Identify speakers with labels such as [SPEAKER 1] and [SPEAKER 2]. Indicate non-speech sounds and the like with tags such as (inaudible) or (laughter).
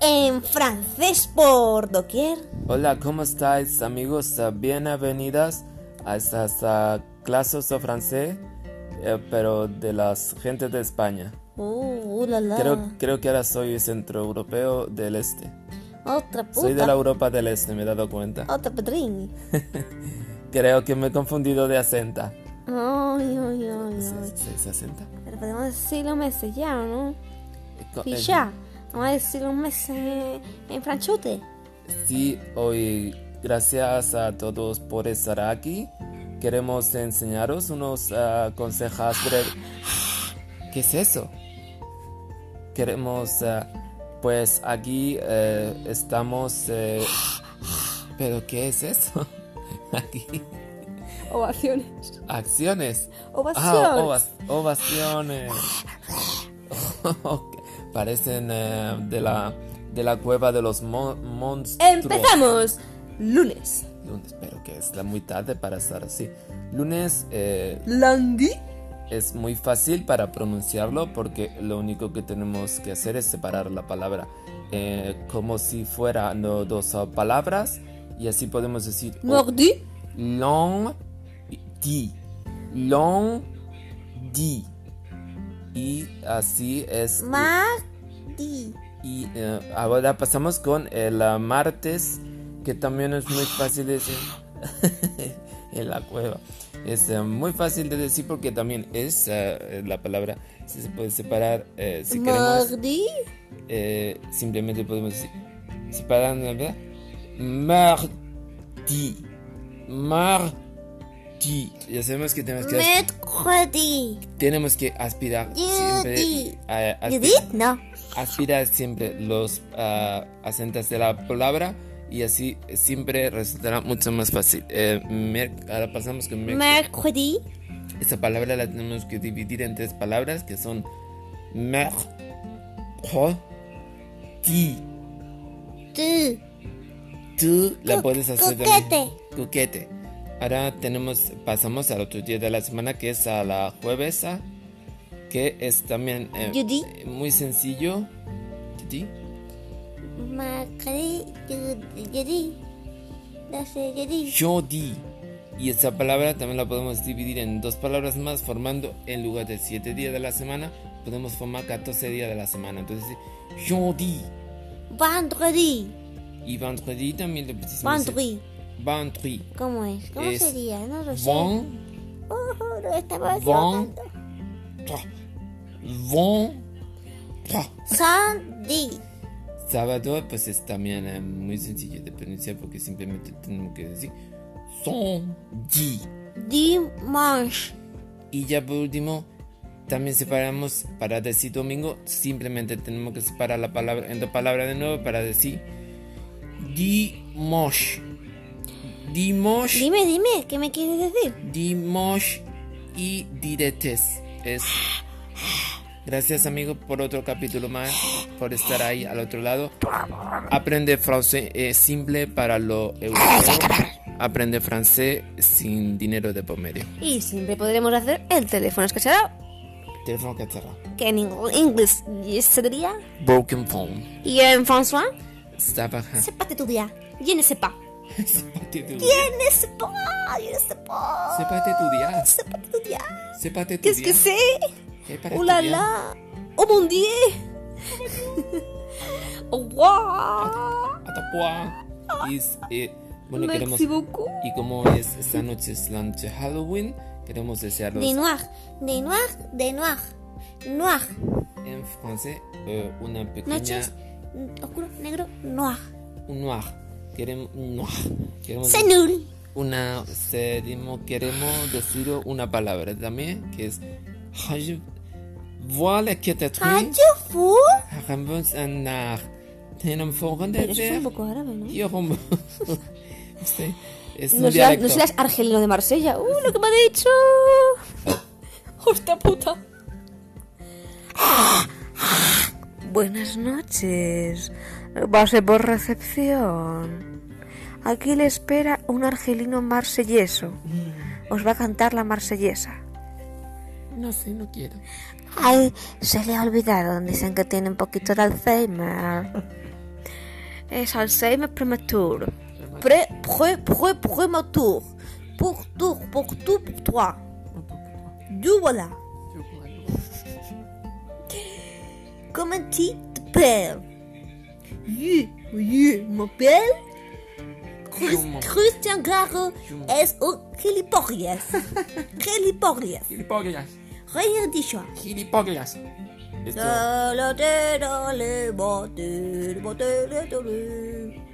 [SPEAKER 1] en francés por doquier.
[SPEAKER 2] Hola, ¿cómo estáis amigos? Eh, Bienvenidas a estas ah, clases de francés, eh, pero de las gente de España.
[SPEAKER 1] Uh, uh, la, la.
[SPEAKER 2] Creo, creo que ahora soy centroeuropeo del este.
[SPEAKER 1] Otra puta.
[SPEAKER 2] Soy de la Europa del este, me he dado cuenta.
[SPEAKER 1] Otra pedrín.
[SPEAKER 2] Creo que me he confundido de acenta.
[SPEAKER 1] Ay, ay, ay, ay.
[SPEAKER 2] Sí, sí, acenta.
[SPEAKER 1] Pero podemos decir los meses ya, ¿o ¿no?
[SPEAKER 2] Co-
[SPEAKER 1] Y
[SPEAKER 2] eh,
[SPEAKER 1] ya. Vamos a decir los meses en, en franchute.
[SPEAKER 2] Sí, hoy gracias a todos por estar aquí. Queremos enseñaros unos ah, consejos breves. ¿Qué es eso? Queremos, ah, pues aquí eh, estamos... eh, ¿Pero qué es eso? (laughs) Aquí.
[SPEAKER 1] Ovaciones.
[SPEAKER 2] Acciones.
[SPEAKER 1] Ovaciones.
[SPEAKER 2] Ah, ovas- ovaciones. (laughs) Ok. Parecen eh, de, la, de la cueva de los mon- monstruos.
[SPEAKER 1] ¡Empezamos! Lunes.
[SPEAKER 2] Lunes, pero que es la muy tarde para estar así. Lunes eh,
[SPEAKER 1] Lundi.
[SPEAKER 2] es muy fácil para pronunciarlo porque lo único que tenemos que hacer es separar la palabra. eh, como si fueran no, dos ah, palabras y así podemos decir... oh,
[SPEAKER 1] Mordi.
[SPEAKER 2] Lundi. Lundi. Y así es.
[SPEAKER 1] Mardi.
[SPEAKER 2] Y eh, ahora pasamos con el ah, martes, que también es muy fácil de decir. (laughs) en la cueva. Es eh, muy fácil de decir porque también es eh, la palabra. Si se puede separar, eh, si queremos,
[SPEAKER 1] Mardi.
[SPEAKER 2] eh, simplemente podemos decir. Separar, ¿verdad? Mardi. Mardi. Ya sabemos que tenemos que as-
[SPEAKER 1] Mercredi.
[SPEAKER 2] tenemos que aspirar siempre
[SPEAKER 1] Yudi.
[SPEAKER 2] eh, aspi-
[SPEAKER 1] ¿Judith? No.
[SPEAKER 2] aspirar siempre los ah, acentos de la palabra y así siempre resultará mucho más fácil. Eh, mer- ahora pasamos con mer-
[SPEAKER 1] Mercredi.
[SPEAKER 2] Esa palabra la tenemos que dividir en tres palabras que son mer, jo, ti.
[SPEAKER 1] Tu.
[SPEAKER 2] Tú la puedes hacer también.
[SPEAKER 1] coquete.
[SPEAKER 2] Coquete. Ahora tenemos, pasamos al otro día de la semana que es a la juevesa, que es también eh,
[SPEAKER 1] Judy.
[SPEAKER 2] muy sencillo. Judy.
[SPEAKER 1] Mercredi. Judith. No sé, Judith.
[SPEAKER 2] Jodi. Y esta palabra también la podemos dividir en dos palabras más, formando en lugar de 7 días de la semana, podemos formar 14 días de la semana. Entonces, jodi.
[SPEAKER 1] Vendredi.
[SPEAKER 2] Y vendredi también lo decimos.
[SPEAKER 1] Vendredi.
[SPEAKER 2] Vendredi.
[SPEAKER 1] ¿Cómo es? ¿Cómo
[SPEAKER 2] Es
[SPEAKER 1] sería? No lo sé.
[SPEAKER 2] Vend-
[SPEAKER 1] Oh, lo estaba
[SPEAKER 2] Van-
[SPEAKER 1] equivocando.
[SPEAKER 2] Tra. Von. Tra.
[SPEAKER 1] Sandy.
[SPEAKER 2] Sábado, pues es también eh, muy sencillo de pronunciar porque simplemente tenemos que decir son di.
[SPEAKER 1] Dimanche.
[SPEAKER 2] Y ya por último, también separamos para decir domingo, simplemente tenemos que separar la palabra en dos palabras de nuevo para decir dimanche. Dimanche,
[SPEAKER 1] Dime, dime, ¿qué me quieres decir?
[SPEAKER 2] dimanche y diretes. Es. Gracias, amigo, por otro capítulo más, por estar ahí al otro lado. Aprende francés es simple para lo europeo. Aprende francés sin dinero de por medio.
[SPEAKER 1] Y siempre podremos hacer el teléfono escachado,
[SPEAKER 2] Teléfono que cerrar.
[SPEAKER 1] que en ingl- inglés sería.
[SPEAKER 2] Broken phone.
[SPEAKER 1] Y en François,
[SPEAKER 2] Está baja.
[SPEAKER 1] sépate tu día. Je ne sais pas.
[SPEAKER 2] Sépate tu
[SPEAKER 1] Je ne sais pas. Je ne sais pas.
[SPEAKER 2] Sépate tu día.
[SPEAKER 1] Sépate tu día.
[SPEAKER 2] Sépate tu
[SPEAKER 1] Qu'est-ce que
[SPEAKER 2] día.
[SPEAKER 1] c'est?
[SPEAKER 2] Sépate
[SPEAKER 1] Oh
[SPEAKER 2] tu
[SPEAKER 1] là
[SPEAKER 2] día.
[SPEAKER 1] là. Oh mon dieu. (laughs) Au revoir.
[SPEAKER 2] Atapua. Y es, eh, bueno, queremos.
[SPEAKER 1] Merci beaucoup.
[SPEAKER 2] Y como es esta noche es la noche de Halloween, queremos desearlos
[SPEAKER 1] Des noirs, des noirs, des noirs. Noir.
[SPEAKER 2] en francés eh, una pequeña.
[SPEAKER 1] Noches. Oscuro, negro, noir.
[SPEAKER 2] Un noir. Queremos. Noir. Queremos
[SPEAKER 1] C'est nul.
[SPEAKER 2] una. Queremos, queremos decir una palabra también que es. Haje- Voilà qui est étrange.
[SPEAKER 1] Radio fou.
[SPEAKER 2] Hagamos un nar. Tenemos
[SPEAKER 1] Pero
[SPEAKER 2] volgende
[SPEAKER 1] eso es un
[SPEAKER 2] ver.
[SPEAKER 1] poco árabe, ¿no?
[SPEAKER 2] Yo como... (laughs) Sí, es un
[SPEAKER 1] No seas,
[SPEAKER 2] dialecto.
[SPEAKER 1] no seas argelino de Marsella. ¡Uh, lo que me ha dicho! (laughs) ¡Hostia puta! Buenas noches. Base por recepción. Aquí le espera un argelino marselleso. Os va a cantar la marsellesa.
[SPEAKER 2] No sé, no quiero.
[SPEAKER 1] Ay, se le ha olvidado. Dicen que tiene un poquito de Alzheimer.
[SPEAKER 3] es Alzheimer prematuro.
[SPEAKER 1] Prêt, prêt, prêt, prêt, mon tour. Pour tout, pour tout, pour toi. Du voilà. Comment tu t'appelles Je, je m'appelle Chris-
[SPEAKER 2] Comment
[SPEAKER 1] Christian Garo es o Caliporrias. Caliporrias.
[SPEAKER 2] Gilipollas.
[SPEAKER 1] Rien de choix.
[SPEAKER 2] Gilipollas. Esto-
[SPEAKER 1] Ah, Dale, dale, dale, bote, bote, bote, bote.